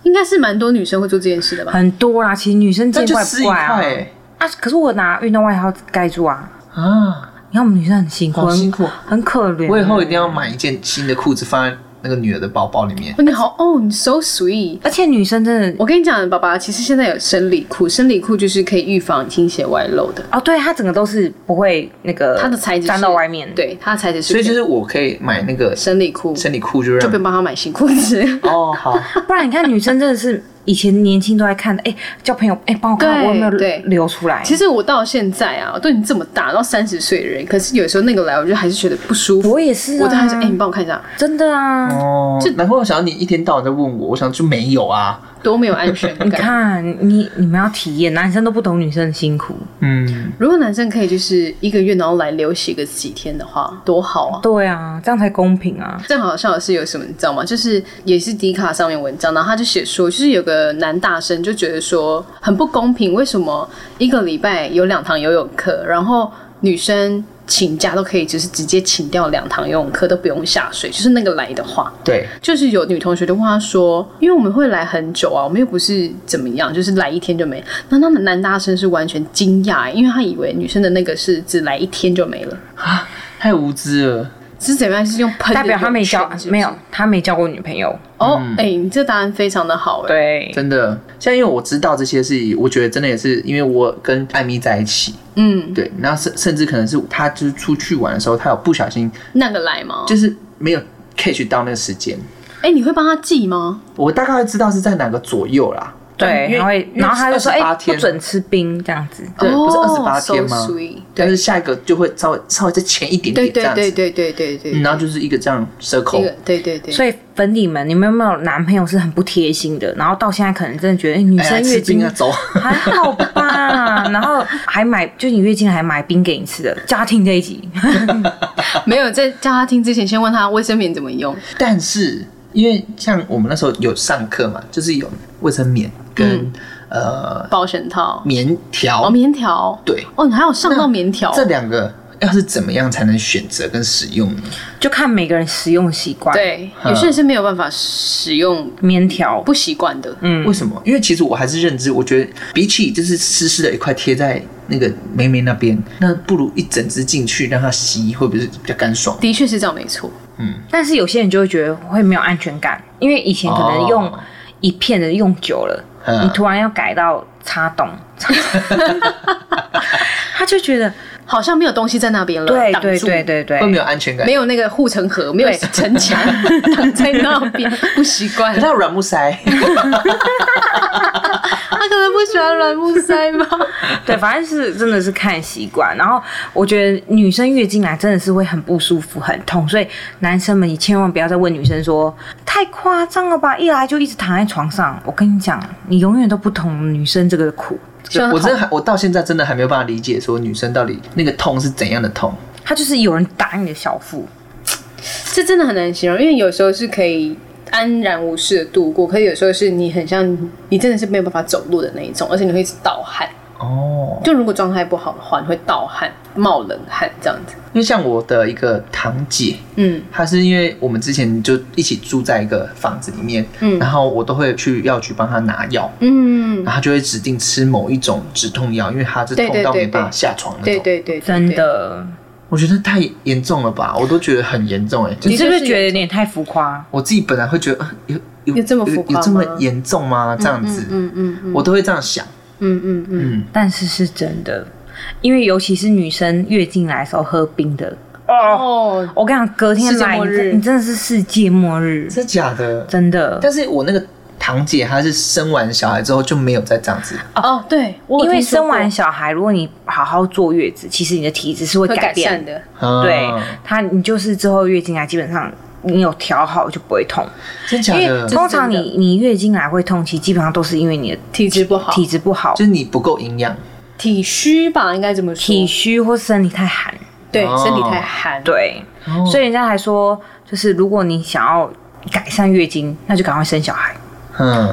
[SPEAKER 4] 应该是蛮多女生会做这件事
[SPEAKER 3] 嗯
[SPEAKER 4] 的吧？
[SPEAKER 2] 很多啦，其实女生
[SPEAKER 3] 那
[SPEAKER 2] 见
[SPEAKER 3] 就
[SPEAKER 2] 怪
[SPEAKER 3] 撕
[SPEAKER 2] 不
[SPEAKER 3] 一
[SPEAKER 2] 怪
[SPEAKER 3] 块
[SPEAKER 2] 啊。
[SPEAKER 3] 欸
[SPEAKER 2] 啊，可是我拿运动外套盖住啊。
[SPEAKER 3] 啊！
[SPEAKER 2] 你看我们女生很辛苦，
[SPEAKER 3] 好
[SPEAKER 2] 很
[SPEAKER 3] 辛苦
[SPEAKER 2] 很可怜。
[SPEAKER 3] 我以后一定要买一件新的裤子放在那个女儿的包包里面。
[SPEAKER 4] 哦，你好哦，你 so sweet。
[SPEAKER 2] 而且女生真的，
[SPEAKER 4] 我跟你讲，爸爸，其实现在有生理裤，生理裤就是可以预防经血外漏的，
[SPEAKER 2] 哦，对，它整个都是不会那个，
[SPEAKER 4] 它的材质是
[SPEAKER 2] 粘到外面。，
[SPEAKER 4] 对，它的材质是
[SPEAKER 3] 嗯所以就是是我可以买那个
[SPEAKER 4] 生理裤，
[SPEAKER 3] 生理裤，就
[SPEAKER 4] 就
[SPEAKER 3] 让
[SPEAKER 4] 不用帮他买新裤子。 (laughs)
[SPEAKER 3] 哦好，
[SPEAKER 2] 啊不然你看女生真的是以前年轻都在看，哎，叫朋友，哎，帮我看看
[SPEAKER 4] 对
[SPEAKER 2] 我有没有
[SPEAKER 4] 对
[SPEAKER 2] 流出来。
[SPEAKER 4] 其实我到现在啊，都已经这么大，到三十岁的人，可是有时候那个来，我就还是觉得不舒服。
[SPEAKER 2] 我也是啊，
[SPEAKER 4] 我都还哎是哎、你帮我看一下，
[SPEAKER 2] 真的啊，
[SPEAKER 3] 哦
[SPEAKER 4] 就，
[SPEAKER 3] (laughs) 难怪我想到你一天到晚在问我，我想就没有啊，
[SPEAKER 4] 多没有安全
[SPEAKER 2] 你
[SPEAKER 4] 感。
[SPEAKER 2] 看，你你们要体验，男生都不懂女生的辛苦。
[SPEAKER 3] 嗯，
[SPEAKER 4] 如果男生可以就是一个月然后来休息个几天的话，多好啊！
[SPEAKER 2] 对啊，这样才公平啊。
[SPEAKER 4] 正好笑的是有什么你知道吗？就是也是迪卡上面文章，然后他就写说，就是有个男大生就觉得说很不公平，为什么一个礼拜有两堂游泳课，然后女生请假都可以就是直接请掉两堂游泳课都不用下水，就是那个来的话，
[SPEAKER 3] 对，
[SPEAKER 4] 就是有女同学就问他说，因为我们会来很久啊，我们又不是怎么样，就是来一天就没。那那男大生是完全惊讶、因为他以为女生的那个是只来一天就没了，
[SPEAKER 3] 太无知了。
[SPEAKER 4] 是怎么样？是用喷的
[SPEAKER 2] 代表他没
[SPEAKER 4] 那种
[SPEAKER 2] 交
[SPEAKER 4] 圈是，不是
[SPEAKER 2] 没
[SPEAKER 3] 嗯
[SPEAKER 2] 有，他没交过女朋友。
[SPEAKER 4] 哦，哎、你这答案非常的好哎、
[SPEAKER 2] 对，
[SPEAKER 3] 真的，现在因为我知道这些事情，我觉得真的也是因为我跟艾米在一起，
[SPEAKER 4] 嗯，
[SPEAKER 3] 对，然后甚甚至可能是他就是出去玩的时候，他有不小心
[SPEAKER 4] 那个来吗？
[SPEAKER 3] 就是没有 catch 到那个时间，
[SPEAKER 4] 哎、你会帮他记吗？
[SPEAKER 3] 我大概会知道是在哪个左右啦。
[SPEAKER 2] 对，
[SPEAKER 3] 因为
[SPEAKER 2] 然后会
[SPEAKER 3] 因为
[SPEAKER 2] 然后他就说，
[SPEAKER 3] 是
[SPEAKER 2] 哎、
[SPEAKER 3] 28
[SPEAKER 2] 不
[SPEAKER 3] 天
[SPEAKER 2] 准吃冰这样子。
[SPEAKER 3] 对，不是
[SPEAKER 4] 哦
[SPEAKER 3] 二十八天
[SPEAKER 4] so
[SPEAKER 3] 吗
[SPEAKER 4] sweet？
[SPEAKER 3] 但是下一个就会稍微稍微再前一点
[SPEAKER 4] 对
[SPEAKER 3] 点这
[SPEAKER 4] 对
[SPEAKER 3] 样
[SPEAKER 4] 对
[SPEAKER 3] 子，
[SPEAKER 4] 对对对对，
[SPEAKER 3] 嗯然后就是一个这样
[SPEAKER 4] 一个
[SPEAKER 3] circle。
[SPEAKER 4] 对对对，
[SPEAKER 2] 所
[SPEAKER 4] 以
[SPEAKER 2] 以粉底们，你们有没有男朋友是很不贴心的？然后到现在可能真的觉得、哎女
[SPEAKER 3] 哎呀
[SPEAKER 2] 生月
[SPEAKER 3] 吃
[SPEAKER 2] 经
[SPEAKER 3] 冰啊，走。
[SPEAKER 2] 还好吧，然后还买，就你月经还买冰给你吃的，家庭这一集， (laughs)
[SPEAKER 4] 没有在叫他听之前，先问他卫生棉怎么用。
[SPEAKER 3] 但是因为像我们那时候有上课嘛，就是有卫生棉跟、呃
[SPEAKER 4] 保险套、
[SPEAKER 3] 棉条，
[SPEAKER 4] 嗯哦，棉条，
[SPEAKER 3] 对
[SPEAKER 4] 哦，你还有上到棉条，哦
[SPEAKER 3] 这两个要是怎么样才能选择跟使用呢？
[SPEAKER 2] 就看每个人使用习惯。，
[SPEAKER 4] 对，
[SPEAKER 3] 嗯
[SPEAKER 4] 有些人是没有办法使用
[SPEAKER 2] 棉条
[SPEAKER 4] 不习惯的，
[SPEAKER 2] 嗯
[SPEAKER 3] 为什么？因为其实我还是认知，我觉得比起就是湿湿的一块贴在那个妹妹那边，那不如一整只进去让它吸，会不会是比较干爽？
[SPEAKER 4] 的确是这样，没错。
[SPEAKER 2] 但是有些人就会觉得会没有安全感，因为以前可能用
[SPEAKER 3] 哦
[SPEAKER 2] 一片的用久了，
[SPEAKER 3] 嗯
[SPEAKER 2] 你突然要改到插洞，插 (laughs) 他就觉
[SPEAKER 3] (laughs)
[SPEAKER 2] 得
[SPEAKER 4] 好像没有东西在那边了，
[SPEAKER 2] 对
[SPEAKER 4] 挡
[SPEAKER 2] 对
[SPEAKER 4] 住
[SPEAKER 2] 对对
[SPEAKER 3] 会
[SPEAKER 2] 对，
[SPEAKER 3] 没有安全感
[SPEAKER 4] 没。有那个护城河，没有
[SPEAKER 2] (laughs)
[SPEAKER 4] 城墙挡在那边，不习惯
[SPEAKER 3] 可。它有软
[SPEAKER 4] (laughs)
[SPEAKER 3] 木塞，
[SPEAKER 4] 他啊可能不喜欢软木塞
[SPEAKER 2] (laughs)
[SPEAKER 4] 吧？
[SPEAKER 2] 对，反正是真的是看习惯。然后我觉得女生月经来真的是会很不舒服、很痛，所以男生们你千万不要再问女生说太夸张了吧，一来就一直躺在床上。我跟你讲，你永远都不懂女生这个苦。
[SPEAKER 4] 希望
[SPEAKER 3] 我
[SPEAKER 4] 好
[SPEAKER 3] 真的还我到现在真的还没有办法理解，说女生到底那个痛是怎样的痛。
[SPEAKER 2] 她就是有人打你的小腹，
[SPEAKER 4] 这真的很难形容，因为有时候是可以安然无事的度过，可是有时候是你很像你真的是没有办法走路的那一种，而且你会一直盗汗。
[SPEAKER 2] 嗯
[SPEAKER 3] 哦，
[SPEAKER 4] 就如果状态不好的话，你会盗汗、冒冷汗这样子。
[SPEAKER 3] 因为像我的一个堂姐，
[SPEAKER 4] 嗯，
[SPEAKER 3] 她是因为我们之前就一起住在一个房子里面，
[SPEAKER 4] 嗯
[SPEAKER 3] 然后我都会去药局帮她拿药，
[SPEAKER 4] 嗯，
[SPEAKER 2] 啊
[SPEAKER 3] 然后她就会指定吃某一种止痛药，因为她是
[SPEAKER 4] 对
[SPEAKER 3] 痛到
[SPEAKER 4] 对对
[SPEAKER 3] 没办法
[SPEAKER 4] 对
[SPEAKER 3] 下床那种。
[SPEAKER 4] 对对对，对
[SPEAKER 2] 真，的。
[SPEAKER 3] 我觉得太严重了吧，我都觉得很严重哎、就是
[SPEAKER 2] 你是不是
[SPEAKER 4] 的确是
[SPEAKER 2] 觉得
[SPEAKER 4] 有
[SPEAKER 2] 有点太浮夸？
[SPEAKER 3] 我自己本来会觉得呃有有
[SPEAKER 4] 有这么浮
[SPEAKER 3] 有
[SPEAKER 4] 夸吗
[SPEAKER 3] 有这么严重吗？这样子，
[SPEAKER 4] 嗯嗯嗯
[SPEAKER 3] 我都会这样想。
[SPEAKER 4] 嗯嗯嗯，
[SPEAKER 3] 嗯，
[SPEAKER 2] 但是是真的，因为尤其是女生月经来的时候喝冰的，哦，
[SPEAKER 4] 哦，
[SPEAKER 2] 我跟你讲，隔天
[SPEAKER 4] 世界
[SPEAKER 2] 来
[SPEAKER 4] 末
[SPEAKER 2] 你
[SPEAKER 4] 日
[SPEAKER 2] 真你真的是世界末日，
[SPEAKER 3] 真的假的？
[SPEAKER 2] 真的。
[SPEAKER 3] 但是我那个堂姐她是生完小孩之后就没有再这样子，
[SPEAKER 4] 哦，对，我有
[SPEAKER 2] 因为
[SPEAKER 4] 听说
[SPEAKER 2] 生完
[SPEAKER 4] 过
[SPEAKER 2] 小孩，如果你好好坐月子，其实你的体质是会
[SPEAKER 4] 会
[SPEAKER 2] 改
[SPEAKER 4] 改
[SPEAKER 2] 变
[SPEAKER 4] 善。的，
[SPEAKER 3] 啊
[SPEAKER 2] 对，它你就是之后月经来，基本上你有调好就不会痛，
[SPEAKER 3] 真
[SPEAKER 2] 因
[SPEAKER 3] 假
[SPEAKER 2] 为
[SPEAKER 3] 的？
[SPEAKER 2] 通常
[SPEAKER 4] 这是
[SPEAKER 2] 你你月经来会痛，其实基本上都是因为你的
[SPEAKER 4] 体质不好，
[SPEAKER 2] 体质不好
[SPEAKER 3] 就，是你不够营养，
[SPEAKER 4] 体虚吧，应该怎么说？
[SPEAKER 2] 体虚或身体太寒。
[SPEAKER 4] 对，
[SPEAKER 3] 哦
[SPEAKER 4] 身体太寒，，
[SPEAKER 2] 对，
[SPEAKER 3] 哦
[SPEAKER 2] 所以人家还说，就是如果你想要改善月经，那就赶快生小孩。
[SPEAKER 3] 嗯，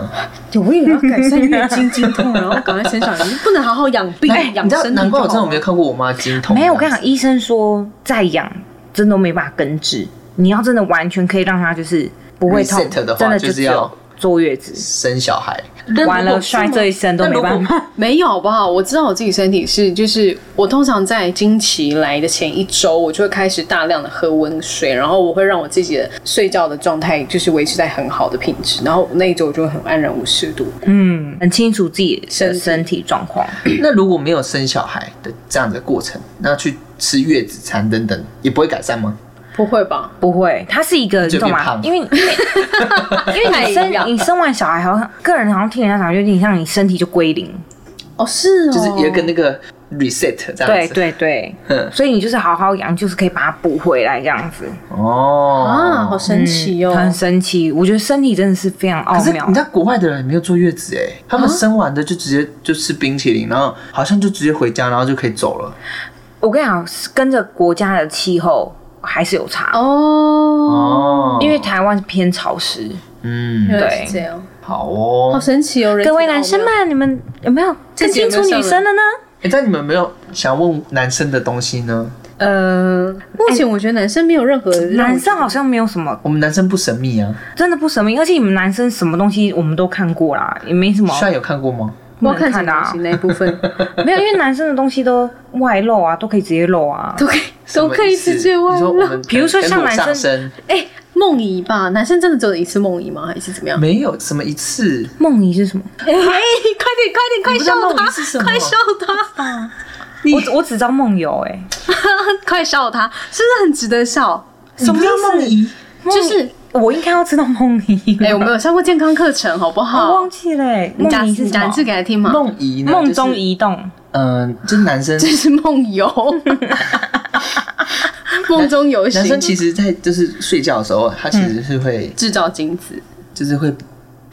[SPEAKER 4] 我以为要改善月经经痛，然后赶快生小孩，你不能好好养病
[SPEAKER 3] 哎，
[SPEAKER 4] 养
[SPEAKER 3] 你知道，
[SPEAKER 4] 身体
[SPEAKER 3] 难怪我
[SPEAKER 4] 就
[SPEAKER 3] 真的
[SPEAKER 4] 好
[SPEAKER 3] 没有看过我妈经痛。
[SPEAKER 2] 没有，我跟你讲，，医生说再养真的没办法根治。你要真的完全可以让它就是不会痛
[SPEAKER 3] Reset 的话
[SPEAKER 2] 真的
[SPEAKER 3] 就
[SPEAKER 2] 就是只有
[SPEAKER 3] 要
[SPEAKER 2] 坐月子。
[SPEAKER 3] 生小孩，
[SPEAKER 2] 完了摔这一身都没办
[SPEAKER 4] (laughs)
[SPEAKER 2] 法。
[SPEAKER 4] 没有好不好？我知道我自己身体是，就是我通常在经期来的前一周，我就会开始大量的喝温水，然后我会让我自己的睡觉的状态就是维持在很好的品质，然后那一周我就会很安然无事度。
[SPEAKER 2] 嗯，很清楚自己的
[SPEAKER 4] 身体
[SPEAKER 2] 身体状况。
[SPEAKER 3] 那如果没有生小孩的这样的过程，那去吃月子餐等等，也不会改善吗？
[SPEAKER 4] 不会吧？
[SPEAKER 2] 不会，它是一个，你
[SPEAKER 3] 就
[SPEAKER 2] 懂
[SPEAKER 3] 变
[SPEAKER 2] 吗？
[SPEAKER 3] 胖
[SPEAKER 2] 因为因为因为你 (laughs)
[SPEAKER 4] 太一样
[SPEAKER 2] 生你生完小孩，好像个人好像听人家讲，有点像你身体就归零。
[SPEAKER 4] 哦，是哦，
[SPEAKER 3] 就是也跟那个 reset
[SPEAKER 4] 啊
[SPEAKER 3] 这样
[SPEAKER 2] 对
[SPEAKER 3] 子。
[SPEAKER 2] 对对，
[SPEAKER 3] 嗯
[SPEAKER 2] 所以你就是好好养，就是可以把它补回来这样子。
[SPEAKER 3] 哦
[SPEAKER 4] 啊，好神奇哦！
[SPEAKER 2] 嗯很神奇，我觉得身体真的是非常
[SPEAKER 3] 可
[SPEAKER 2] 奥
[SPEAKER 3] 是
[SPEAKER 2] 妙
[SPEAKER 3] 你知。道国外的人没有坐月子哎、他们生完的就直接就吃冰淇淋，然后好像就直接回家，然后就可以走了。
[SPEAKER 2] 我跟你讲，是跟着国家的气候还是有差，
[SPEAKER 4] 哦，
[SPEAKER 2] 啊
[SPEAKER 3] 哦
[SPEAKER 2] 因为台湾是偏潮湿。
[SPEAKER 3] 嗯，
[SPEAKER 4] 原来
[SPEAKER 2] 对
[SPEAKER 4] 是这样，
[SPEAKER 3] 好
[SPEAKER 4] 好
[SPEAKER 3] 哦。
[SPEAKER 4] 神奇哦！人体
[SPEAKER 2] 各位
[SPEAKER 4] 的奥
[SPEAKER 2] 男生
[SPEAKER 4] 妙，
[SPEAKER 2] 们，你们有没有
[SPEAKER 4] 自
[SPEAKER 2] 更
[SPEAKER 4] 己有
[SPEAKER 2] 清
[SPEAKER 4] 没
[SPEAKER 2] 楚
[SPEAKER 4] 有
[SPEAKER 2] 女生的呢？
[SPEAKER 3] 哎、但你们没有想问男生的东西呢？
[SPEAKER 4] 呃，目前我觉得男生没有任何让
[SPEAKER 2] 男
[SPEAKER 4] 我
[SPEAKER 2] 生好像没有什么，
[SPEAKER 3] 我们男生不神秘啊，
[SPEAKER 2] 真的不神秘，而且你们男生什么东西我们都看过啦，也没什么
[SPEAKER 3] 帅有看过吗？
[SPEAKER 2] 不
[SPEAKER 4] 我
[SPEAKER 2] 能
[SPEAKER 4] 看什
[SPEAKER 2] 看的
[SPEAKER 4] 么
[SPEAKER 2] 啊
[SPEAKER 4] 型。那一部分
[SPEAKER 2] 没有，因为男生的东西都外露啊，都可以直接露啊。
[SPEAKER 4] 都可以都可以直接忘
[SPEAKER 3] 你说我们
[SPEAKER 4] 了。
[SPEAKER 2] 比如说像男生
[SPEAKER 3] 跟裸上身
[SPEAKER 4] (laughs) 哎，梦遗吧，男生真的只有一次梦遗吗？还是怎么
[SPEAKER 3] (laughs)
[SPEAKER 4] 样？
[SPEAKER 3] 没有什么一次，
[SPEAKER 2] 梦遗是什么？
[SPEAKER 4] 哎，快点快点，快
[SPEAKER 3] 你不知道
[SPEAKER 4] 笑
[SPEAKER 3] 梦遗
[SPEAKER 4] 他
[SPEAKER 3] 是什，么
[SPEAKER 4] 快笑他，
[SPEAKER 2] 我只我只知道梦游、欸，
[SPEAKER 4] (laughs) 快笑他，是不是很值得笑？
[SPEAKER 3] 什么叫梦遗？
[SPEAKER 2] 哎，
[SPEAKER 4] 就是
[SPEAKER 2] 我应该要知道梦遗了。
[SPEAKER 4] 哎，我们有上过健康课程，好
[SPEAKER 2] (laughs)
[SPEAKER 4] 不
[SPEAKER 2] 我
[SPEAKER 4] 好
[SPEAKER 2] 忘？记了、欸，
[SPEAKER 4] 你
[SPEAKER 2] 梦
[SPEAKER 4] 讲
[SPEAKER 2] 遗是
[SPEAKER 4] 你
[SPEAKER 2] 什
[SPEAKER 4] 讲一
[SPEAKER 2] 么？
[SPEAKER 4] 次给他听嘛，
[SPEAKER 3] 梦遗呢？
[SPEAKER 2] 啊梦中
[SPEAKER 3] 就是，
[SPEAKER 2] 移动，
[SPEAKER 3] 嗯、就是男生
[SPEAKER 4] 这是梦 (laughs) 游，梦中游行嗯
[SPEAKER 3] 男，生其实，在就是睡觉的时候，他其实是会、
[SPEAKER 4] 制造精子，
[SPEAKER 3] 就是会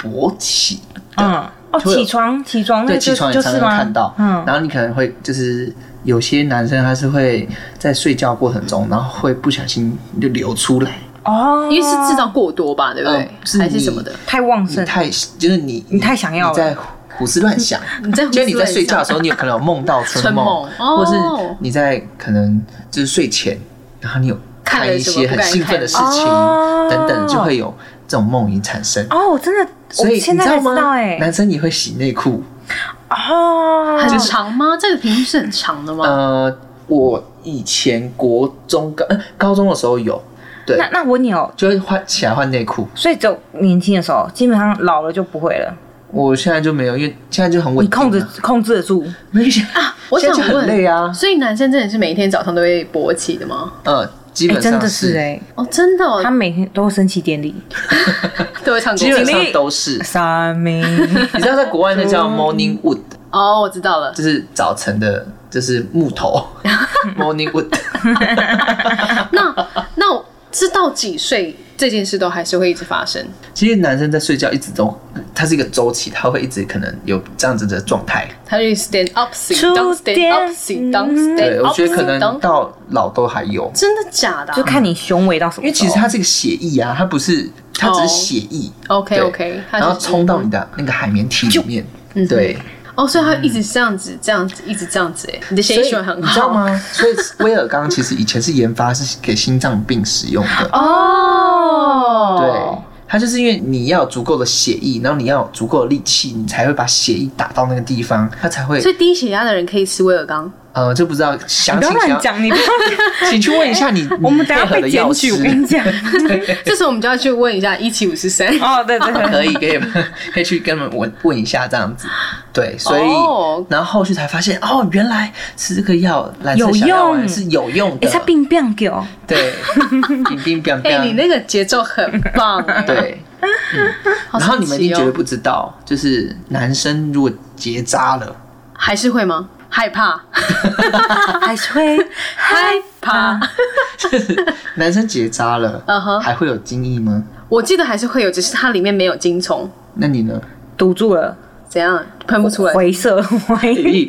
[SPEAKER 3] 勃起，
[SPEAKER 2] 嗯，哦，
[SPEAKER 3] 会有
[SPEAKER 2] 起床起床那
[SPEAKER 3] 对，
[SPEAKER 2] 个就
[SPEAKER 3] 起床也
[SPEAKER 2] 就
[SPEAKER 3] 常
[SPEAKER 2] 是
[SPEAKER 3] 常
[SPEAKER 2] 吗？
[SPEAKER 3] 看到。
[SPEAKER 2] 嗯，
[SPEAKER 3] 然后你可能会就是有些男生他是会在睡觉过程中，然后会不小心就流出来，
[SPEAKER 2] 哦，
[SPEAKER 4] 因为是制造过多吧，对不
[SPEAKER 3] 嗯
[SPEAKER 4] 对？
[SPEAKER 3] 是
[SPEAKER 4] 哦还是什么的？
[SPEAKER 2] 太旺
[SPEAKER 3] 你
[SPEAKER 2] 盛，
[SPEAKER 3] 太就是你
[SPEAKER 2] 你太想要了
[SPEAKER 3] 你在胡思乱想，
[SPEAKER 4] 你在胡思
[SPEAKER 3] 就是
[SPEAKER 4] 乱想
[SPEAKER 3] 你在睡觉的时候，你有可能有梦到春梦，
[SPEAKER 4] 嗯春梦哦
[SPEAKER 3] 或是你在可能就是睡前，然后你有
[SPEAKER 4] 看了
[SPEAKER 3] 看一
[SPEAKER 4] 什么
[SPEAKER 3] 些
[SPEAKER 4] 不
[SPEAKER 3] 很
[SPEAKER 4] 敢
[SPEAKER 3] 兴奋的事
[SPEAKER 4] 看
[SPEAKER 2] 的
[SPEAKER 3] 情
[SPEAKER 2] 哦
[SPEAKER 3] 等等，就会有这种梦遗产生。
[SPEAKER 2] 哦，我真的，我
[SPEAKER 3] 所以
[SPEAKER 2] 现
[SPEAKER 3] 你
[SPEAKER 2] 在
[SPEAKER 3] 知
[SPEAKER 2] 才
[SPEAKER 3] 道
[SPEAKER 2] 知道
[SPEAKER 3] 吗？
[SPEAKER 2] 哎、
[SPEAKER 3] 男生也会洗内裤。
[SPEAKER 2] 哦，
[SPEAKER 4] 很长吗？这个频率是很长的吗？
[SPEAKER 3] 呃，我以前国中高、呃、高中的时候有，对，
[SPEAKER 2] 那那我你哦有，
[SPEAKER 3] 就会换起来换内裤。
[SPEAKER 2] 所以只有年轻的时候，基本上老了就不会了，
[SPEAKER 3] 我现在就没有，因为现在就很稳
[SPEAKER 2] 你
[SPEAKER 3] 定啊、
[SPEAKER 2] 控制控制得住，
[SPEAKER 3] 没想啊，
[SPEAKER 4] 我
[SPEAKER 3] 现
[SPEAKER 4] 想
[SPEAKER 3] 在就很
[SPEAKER 4] 问
[SPEAKER 3] 累啊。
[SPEAKER 4] 所以男生真的是每天早上都会勃起的吗？
[SPEAKER 3] 呃，基
[SPEAKER 2] 哎、
[SPEAKER 3] 本
[SPEAKER 2] 真
[SPEAKER 3] 上
[SPEAKER 2] 的是哎、
[SPEAKER 4] 哦，真的哦，
[SPEAKER 2] 他每天都升旗典礼，
[SPEAKER 4] 都会唱歌
[SPEAKER 3] 基本
[SPEAKER 2] 体
[SPEAKER 3] 上
[SPEAKER 2] 力
[SPEAKER 3] 都是。
[SPEAKER 2] 三名，
[SPEAKER 3] 你知道，在国外
[SPEAKER 2] (laughs)
[SPEAKER 3] 那
[SPEAKER 2] 嗯
[SPEAKER 3] 叫 morning wood，
[SPEAKER 4] 哦，我知道了
[SPEAKER 3] 就。是早晨的，就是木
[SPEAKER 2] (laughs)
[SPEAKER 3] 头 morning wood。
[SPEAKER 4] 那那是到几岁这件事都还是会一直发生？
[SPEAKER 3] 其实男生在睡觉一直都，它是一个周期，他会一直可能有这样子的状态。
[SPEAKER 4] 他就 stand up, sit
[SPEAKER 2] 触
[SPEAKER 4] down, stand up,
[SPEAKER 2] 电
[SPEAKER 4] sit down,
[SPEAKER 3] 对，
[SPEAKER 2] 嗯
[SPEAKER 4] stand
[SPEAKER 3] 我
[SPEAKER 4] up,
[SPEAKER 3] 觉得可
[SPEAKER 2] 哦
[SPEAKER 4] sit
[SPEAKER 3] 能
[SPEAKER 4] down。
[SPEAKER 3] 到老都还有。
[SPEAKER 4] 真的假的
[SPEAKER 2] (laughs)
[SPEAKER 4] 啊？
[SPEAKER 2] 就看你雄伟到什
[SPEAKER 3] 因
[SPEAKER 2] 么
[SPEAKER 3] 为
[SPEAKER 2] 时候。
[SPEAKER 3] 其实它是一个血液啊，它不是，它
[SPEAKER 2] 哦
[SPEAKER 3] 只是血液。
[SPEAKER 4] OK
[SPEAKER 3] 对
[SPEAKER 4] OK，
[SPEAKER 3] 然后冲到你的那个海绵体里面，
[SPEAKER 2] 嗯
[SPEAKER 3] 对，
[SPEAKER 4] 哦，所以他一直这样子，这样子，一直这样子，哎，你的血液
[SPEAKER 3] 嗯所以
[SPEAKER 4] 循环很
[SPEAKER 3] 你知道
[SPEAKER 4] 好？
[SPEAKER 3] 吗？所以威尔刚其实以前是研发是给心脏病使用的，
[SPEAKER 4] 哦，
[SPEAKER 3] 对，它就是因为你要有足够的血液，然后你要有足够的力气，你才会把血液打到那个地方，它才会
[SPEAKER 4] 所以低血压的人可以吃威尔刚，
[SPEAKER 3] 呃，就不知道详
[SPEAKER 2] 你不
[SPEAKER 3] 情
[SPEAKER 2] 要
[SPEAKER 3] 想
[SPEAKER 2] 乱，讲，
[SPEAKER 3] (laughs)
[SPEAKER 2] 你不要，
[SPEAKER 3] 请去问一下你
[SPEAKER 2] 我们等下
[SPEAKER 3] 你配合
[SPEAKER 2] 被
[SPEAKER 3] 的
[SPEAKER 2] 检
[SPEAKER 3] 药
[SPEAKER 2] 举。
[SPEAKER 3] 师
[SPEAKER 2] 我。跟你讲，
[SPEAKER 3] (laughs)
[SPEAKER 4] 这时候我们就要去问一下一七五十三。
[SPEAKER 2] 哦，对对对，
[SPEAKER 3] 可以，可以， (laughs) 可以去跟他们问问一下这样子，对，所以、
[SPEAKER 4] 哦
[SPEAKER 3] 然后后续才发现，哦，原来吃这个药蓝色
[SPEAKER 2] 有
[SPEAKER 3] 小药丸
[SPEAKER 2] 用
[SPEAKER 3] 是有用的，
[SPEAKER 2] 哎、欸，他病变给哦，
[SPEAKER 3] 对，冰冰冰
[SPEAKER 4] (laughs) (laughs) 哎、你
[SPEAKER 3] 冰，
[SPEAKER 4] 那个节奏很棒、哎，
[SPEAKER 3] 对，
[SPEAKER 4] 好神奇哦
[SPEAKER 3] 然后你们一定绝对不知道，就是男生如果结扎了，
[SPEAKER 4] 还是会吗？害怕，
[SPEAKER 2] 还是会
[SPEAKER 4] 害怕。
[SPEAKER 3] 男生结扎了
[SPEAKER 4] 嗯哼
[SPEAKER 3] 还会有精液吗？
[SPEAKER 4] 我记得还是会有，只是它里面没有精虫，
[SPEAKER 3] 那你
[SPEAKER 4] (laughs)
[SPEAKER 3] 呢？
[SPEAKER 2] 堵住了，
[SPEAKER 4] 怎样喷不出来？
[SPEAKER 2] 回射回，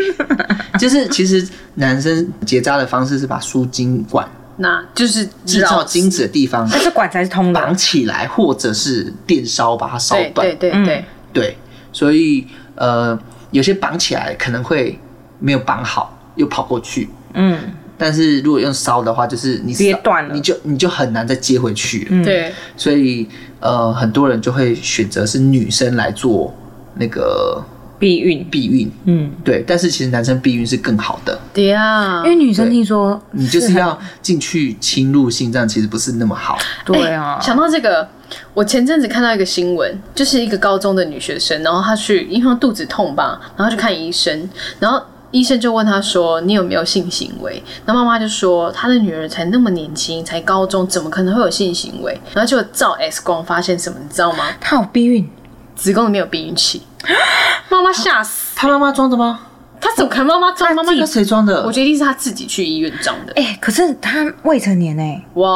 [SPEAKER 3] 就是其实男生结扎的方式是把输精管
[SPEAKER 4] 那就是
[SPEAKER 3] 制造
[SPEAKER 4] 绕
[SPEAKER 3] 精子的地方
[SPEAKER 2] 但是管才是通
[SPEAKER 3] 绑
[SPEAKER 2] 的，
[SPEAKER 3] 起来，或者是电烧把它烧
[SPEAKER 4] 对
[SPEAKER 3] 断。
[SPEAKER 4] 对对
[SPEAKER 2] 嗯
[SPEAKER 4] 对，
[SPEAKER 3] 对，所以呃，有些绑起来可能会没有绑好，又跑过去。
[SPEAKER 2] 嗯，
[SPEAKER 3] 但是如果用烧的话，就是你烧
[SPEAKER 2] 直接断了
[SPEAKER 3] 你就你就很难再接回去了。
[SPEAKER 2] 嗯
[SPEAKER 4] 对，
[SPEAKER 3] 所以呃，很多人就会选择是女生来做那个
[SPEAKER 2] 避孕，
[SPEAKER 3] 避孕。
[SPEAKER 2] 嗯，
[SPEAKER 3] 对，但是其实男生避孕是更好的，
[SPEAKER 4] 对啊呀
[SPEAKER 2] 因。
[SPEAKER 3] 嗯
[SPEAKER 2] 为女生听说
[SPEAKER 3] 你就是
[SPEAKER 2] 很
[SPEAKER 3] 要进去侵入性，这样其实不是那么好。
[SPEAKER 2] 对啊
[SPEAKER 4] 哎，想到这个，我前阵子看到一个新闻，就是一个高中的女学生，然后她去因为她肚子痛吧，然后去看医生，然后医生就问她说：“你有没有性行为？”然后妈妈就说：“她的女儿才那么年轻，才高中，怎么可能会有性行为？”然后就照 X 光发现什么，你知道吗？
[SPEAKER 2] 她有避孕， (gasps)
[SPEAKER 4] 子宫里面有避孕器，妈妈吓死。
[SPEAKER 3] 他妈妈装的吗？
[SPEAKER 4] 她怎么可能妈妈装？妈妈
[SPEAKER 3] 那
[SPEAKER 4] 就
[SPEAKER 3] 谁装的？
[SPEAKER 4] 我觉得一定是他自己去医院装的。
[SPEAKER 2] 哎、可是他未成年哎、
[SPEAKER 4] 哇，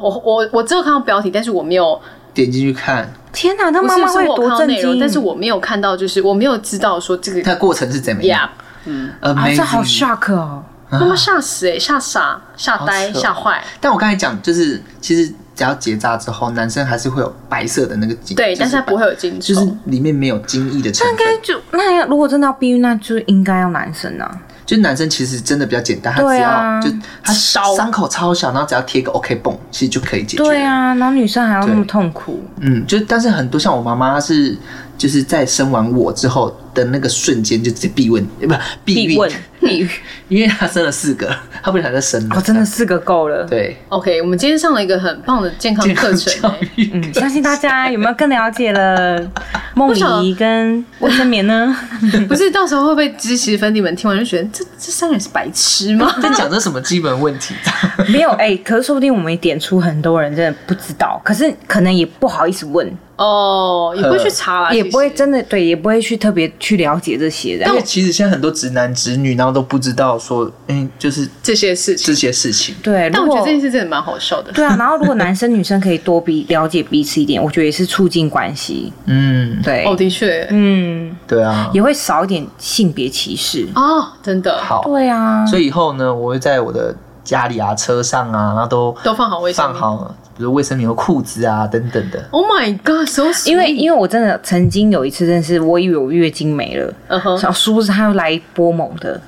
[SPEAKER 4] 我我我只有看到标题，但是我没有，
[SPEAKER 3] 点进去看，
[SPEAKER 2] 天哪，他
[SPEAKER 4] 不
[SPEAKER 2] 妈
[SPEAKER 4] 是
[SPEAKER 2] 妈
[SPEAKER 4] 是
[SPEAKER 2] 会有
[SPEAKER 4] 我看
[SPEAKER 2] 多
[SPEAKER 4] 到
[SPEAKER 2] 震
[SPEAKER 4] 内容，
[SPEAKER 2] 惊？
[SPEAKER 4] 但是我没有看到，就是我没有知道说这
[SPEAKER 3] 它
[SPEAKER 4] 个
[SPEAKER 3] 过程是怎么样
[SPEAKER 4] 呀，
[SPEAKER 2] 啊，
[SPEAKER 3] 嗯？Amazing！
[SPEAKER 2] 这好 shock 哦！
[SPEAKER 4] 妈妈吓死哎、吓傻、吓呆、
[SPEAKER 3] 啊好扯哦
[SPEAKER 4] 吓坏，
[SPEAKER 3] 但我刚才讲，就是其实只要结扎之后，男生还是会有白色的那个精，
[SPEAKER 4] 对，
[SPEAKER 3] 就
[SPEAKER 4] 但是他不会有精
[SPEAKER 3] 就是
[SPEAKER 4] 虫，
[SPEAKER 3] 里面没有精液的成
[SPEAKER 2] 那应
[SPEAKER 3] 分
[SPEAKER 2] 该。就那要如果真的要避孕，那就应该要男生啊。
[SPEAKER 3] 就是男生其实真的比较简单，他只
[SPEAKER 2] 对
[SPEAKER 3] 要、
[SPEAKER 2] 啊
[SPEAKER 3] 就他
[SPEAKER 4] 烧
[SPEAKER 3] 伤口超小，然后只要贴个 OK 泵，其实就可以解决。
[SPEAKER 2] 对，啊，然后女生还要那么
[SPEAKER 3] 对
[SPEAKER 2] 痛苦，
[SPEAKER 3] 嗯，就但是很多像我妈妈是，就是在生完我之后的那个瞬间就直接避孕，呃不避
[SPEAKER 2] 避
[SPEAKER 3] 孕， (laughs)
[SPEAKER 2] 问避孕，
[SPEAKER 3] 因为她生了四个，她不想再生了。
[SPEAKER 2] 哦，真的四个够了。
[SPEAKER 3] (laughs) 对，
[SPEAKER 4] OK，我们今天上了一个很棒的健康
[SPEAKER 3] 健
[SPEAKER 4] 课
[SPEAKER 3] 康
[SPEAKER 4] 程、
[SPEAKER 3] (laughs) 教
[SPEAKER 4] 欸，
[SPEAKER 3] 育。
[SPEAKER 2] 嗯，相信大家有没有更了解
[SPEAKER 4] (laughs)
[SPEAKER 2] 了梦怡跟卫生棉呢？
[SPEAKER 4] 不是到时候会不会其实粉底们听完就觉得这这三个人是白痴
[SPEAKER 3] (laughs)
[SPEAKER 4] 吗？
[SPEAKER 3] 在讲这什么基本问题？
[SPEAKER 2] 没有哎、可是说不定我们也点出很多人真的不知道，可是可能也不好意思问，
[SPEAKER 4] 哦，也不会去查啦，
[SPEAKER 2] 呃也
[SPEAKER 4] 其实
[SPEAKER 2] 不会真的对，也不会去特别去了解这些的
[SPEAKER 3] 因。为其实现在很多直男直女，然后都不知道说，嗯，就是
[SPEAKER 4] 这些事
[SPEAKER 3] 这
[SPEAKER 4] 情。
[SPEAKER 3] 些事情。
[SPEAKER 2] 对，
[SPEAKER 4] 但
[SPEAKER 2] 如
[SPEAKER 4] 我觉
[SPEAKER 2] 果
[SPEAKER 4] 得这件事真的蛮好笑的。
[SPEAKER 2] 对啊，然后如果男生女生可以多比了解彼此一点，我觉得也是促进关系。
[SPEAKER 3] 嗯，
[SPEAKER 2] 对，
[SPEAKER 4] 哦，的确，
[SPEAKER 2] 嗯，
[SPEAKER 3] 对啊。
[SPEAKER 2] 也会少一点性别歧视。
[SPEAKER 4] 哦，真的，
[SPEAKER 3] 好，
[SPEAKER 2] 对啊，
[SPEAKER 3] 所以以后呢，我会在我的家里啊、车上啊，然后都
[SPEAKER 4] 都放好卫生
[SPEAKER 3] 放
[SPEAKER 4] 棉
[SPEAKER 3] 好，比如卫生棉和裤子啊等等的。
[SPEAKER 4] Oh my god，so
[SPEAKER 2] 因为因为我真的曾经有一次，真的是我以为我月经没了，
[SPEAKER 4] 嗯哼
[SPEAKER 2] 小叔是他要来一波猛的，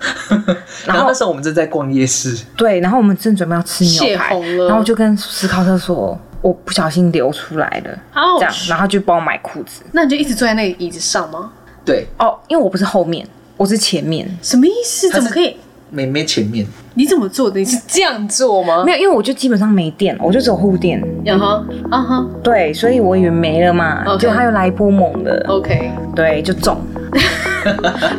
[SPEAKER 3] 然后那时候我们正在逛夜市，
[SPEAKER 2] 对，然后我们正准备要吃牛
[SPEAKER 4] 血
[SPEAKER 2] 排，
[SPEAKER 4] 红了
[SPEAKER 2] 然后我就跟史考特说，我不小心流出来了，
[SPEAKER 4] Ouch
[SPEAKER 2] 这样，然后他就帮我买裤子。
[SPEAKER 4] 那你就一直坐在那个椅子上吗？
[SPEAKER 3] 对，
[SPEAKER 2] 哦，因为我不是后面，我是前面，
[SPEAKER 4] 什么意思？
[SPEAKER 3] 他
[SPEAKER 4] 怎
[SPEAKER 3] 是
[SPEAKER 4] 么可以？
[SPEAKER 3] 妹妹前面，
[SPEAKER 4] 你怎么做的？你是这样做吗
[SPEAKER 2] 没？有，因为我就基本上没电了，我就只有护垫，
[SPEAKER 4] 嗯哼，啊哈
[SPEAKER 2] 对，所以我以为没了嘛，
[SPEAKER 4] OK 哦
[SPEAKER 2] 结果他又来一波猛的，
[SPEAKER 4] ，OK，
[SPEAKER 2] 对，就中。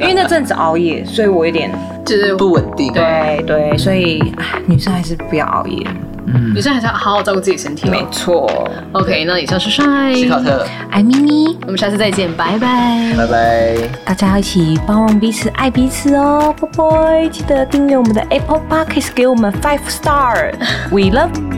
[SPEAKER 2] 因为那阵子熬夜，所以我有点
[SPEAKER 4] 就是
[SPEAKER 3] 不稳定。
[SPEAKER 2] 对对，所以唉女生还是不要熬夜。
[SPEAKER 3] 嗯
[SPEAKER 4] 女生还是要好好照顾自己身体
[SPEAKER 2] 没
[SPEAKER 4] 哦。
[SPEAKER 2] 错，
[SPEAKER 4] OK，那以上是帅，
[SPEAKER 3] 史考特，
[SPEAKER 2] 爱咪咪，
[SPEAKER 4] 我们下次再见，拜拜。
[SPEAKER 3] 拜拜。
[SPEAKER 2] 大家一起包容彼此，爱彼此哦，啵啵！记得订阅我们的 Apple Podcast，给我们 five star，We love。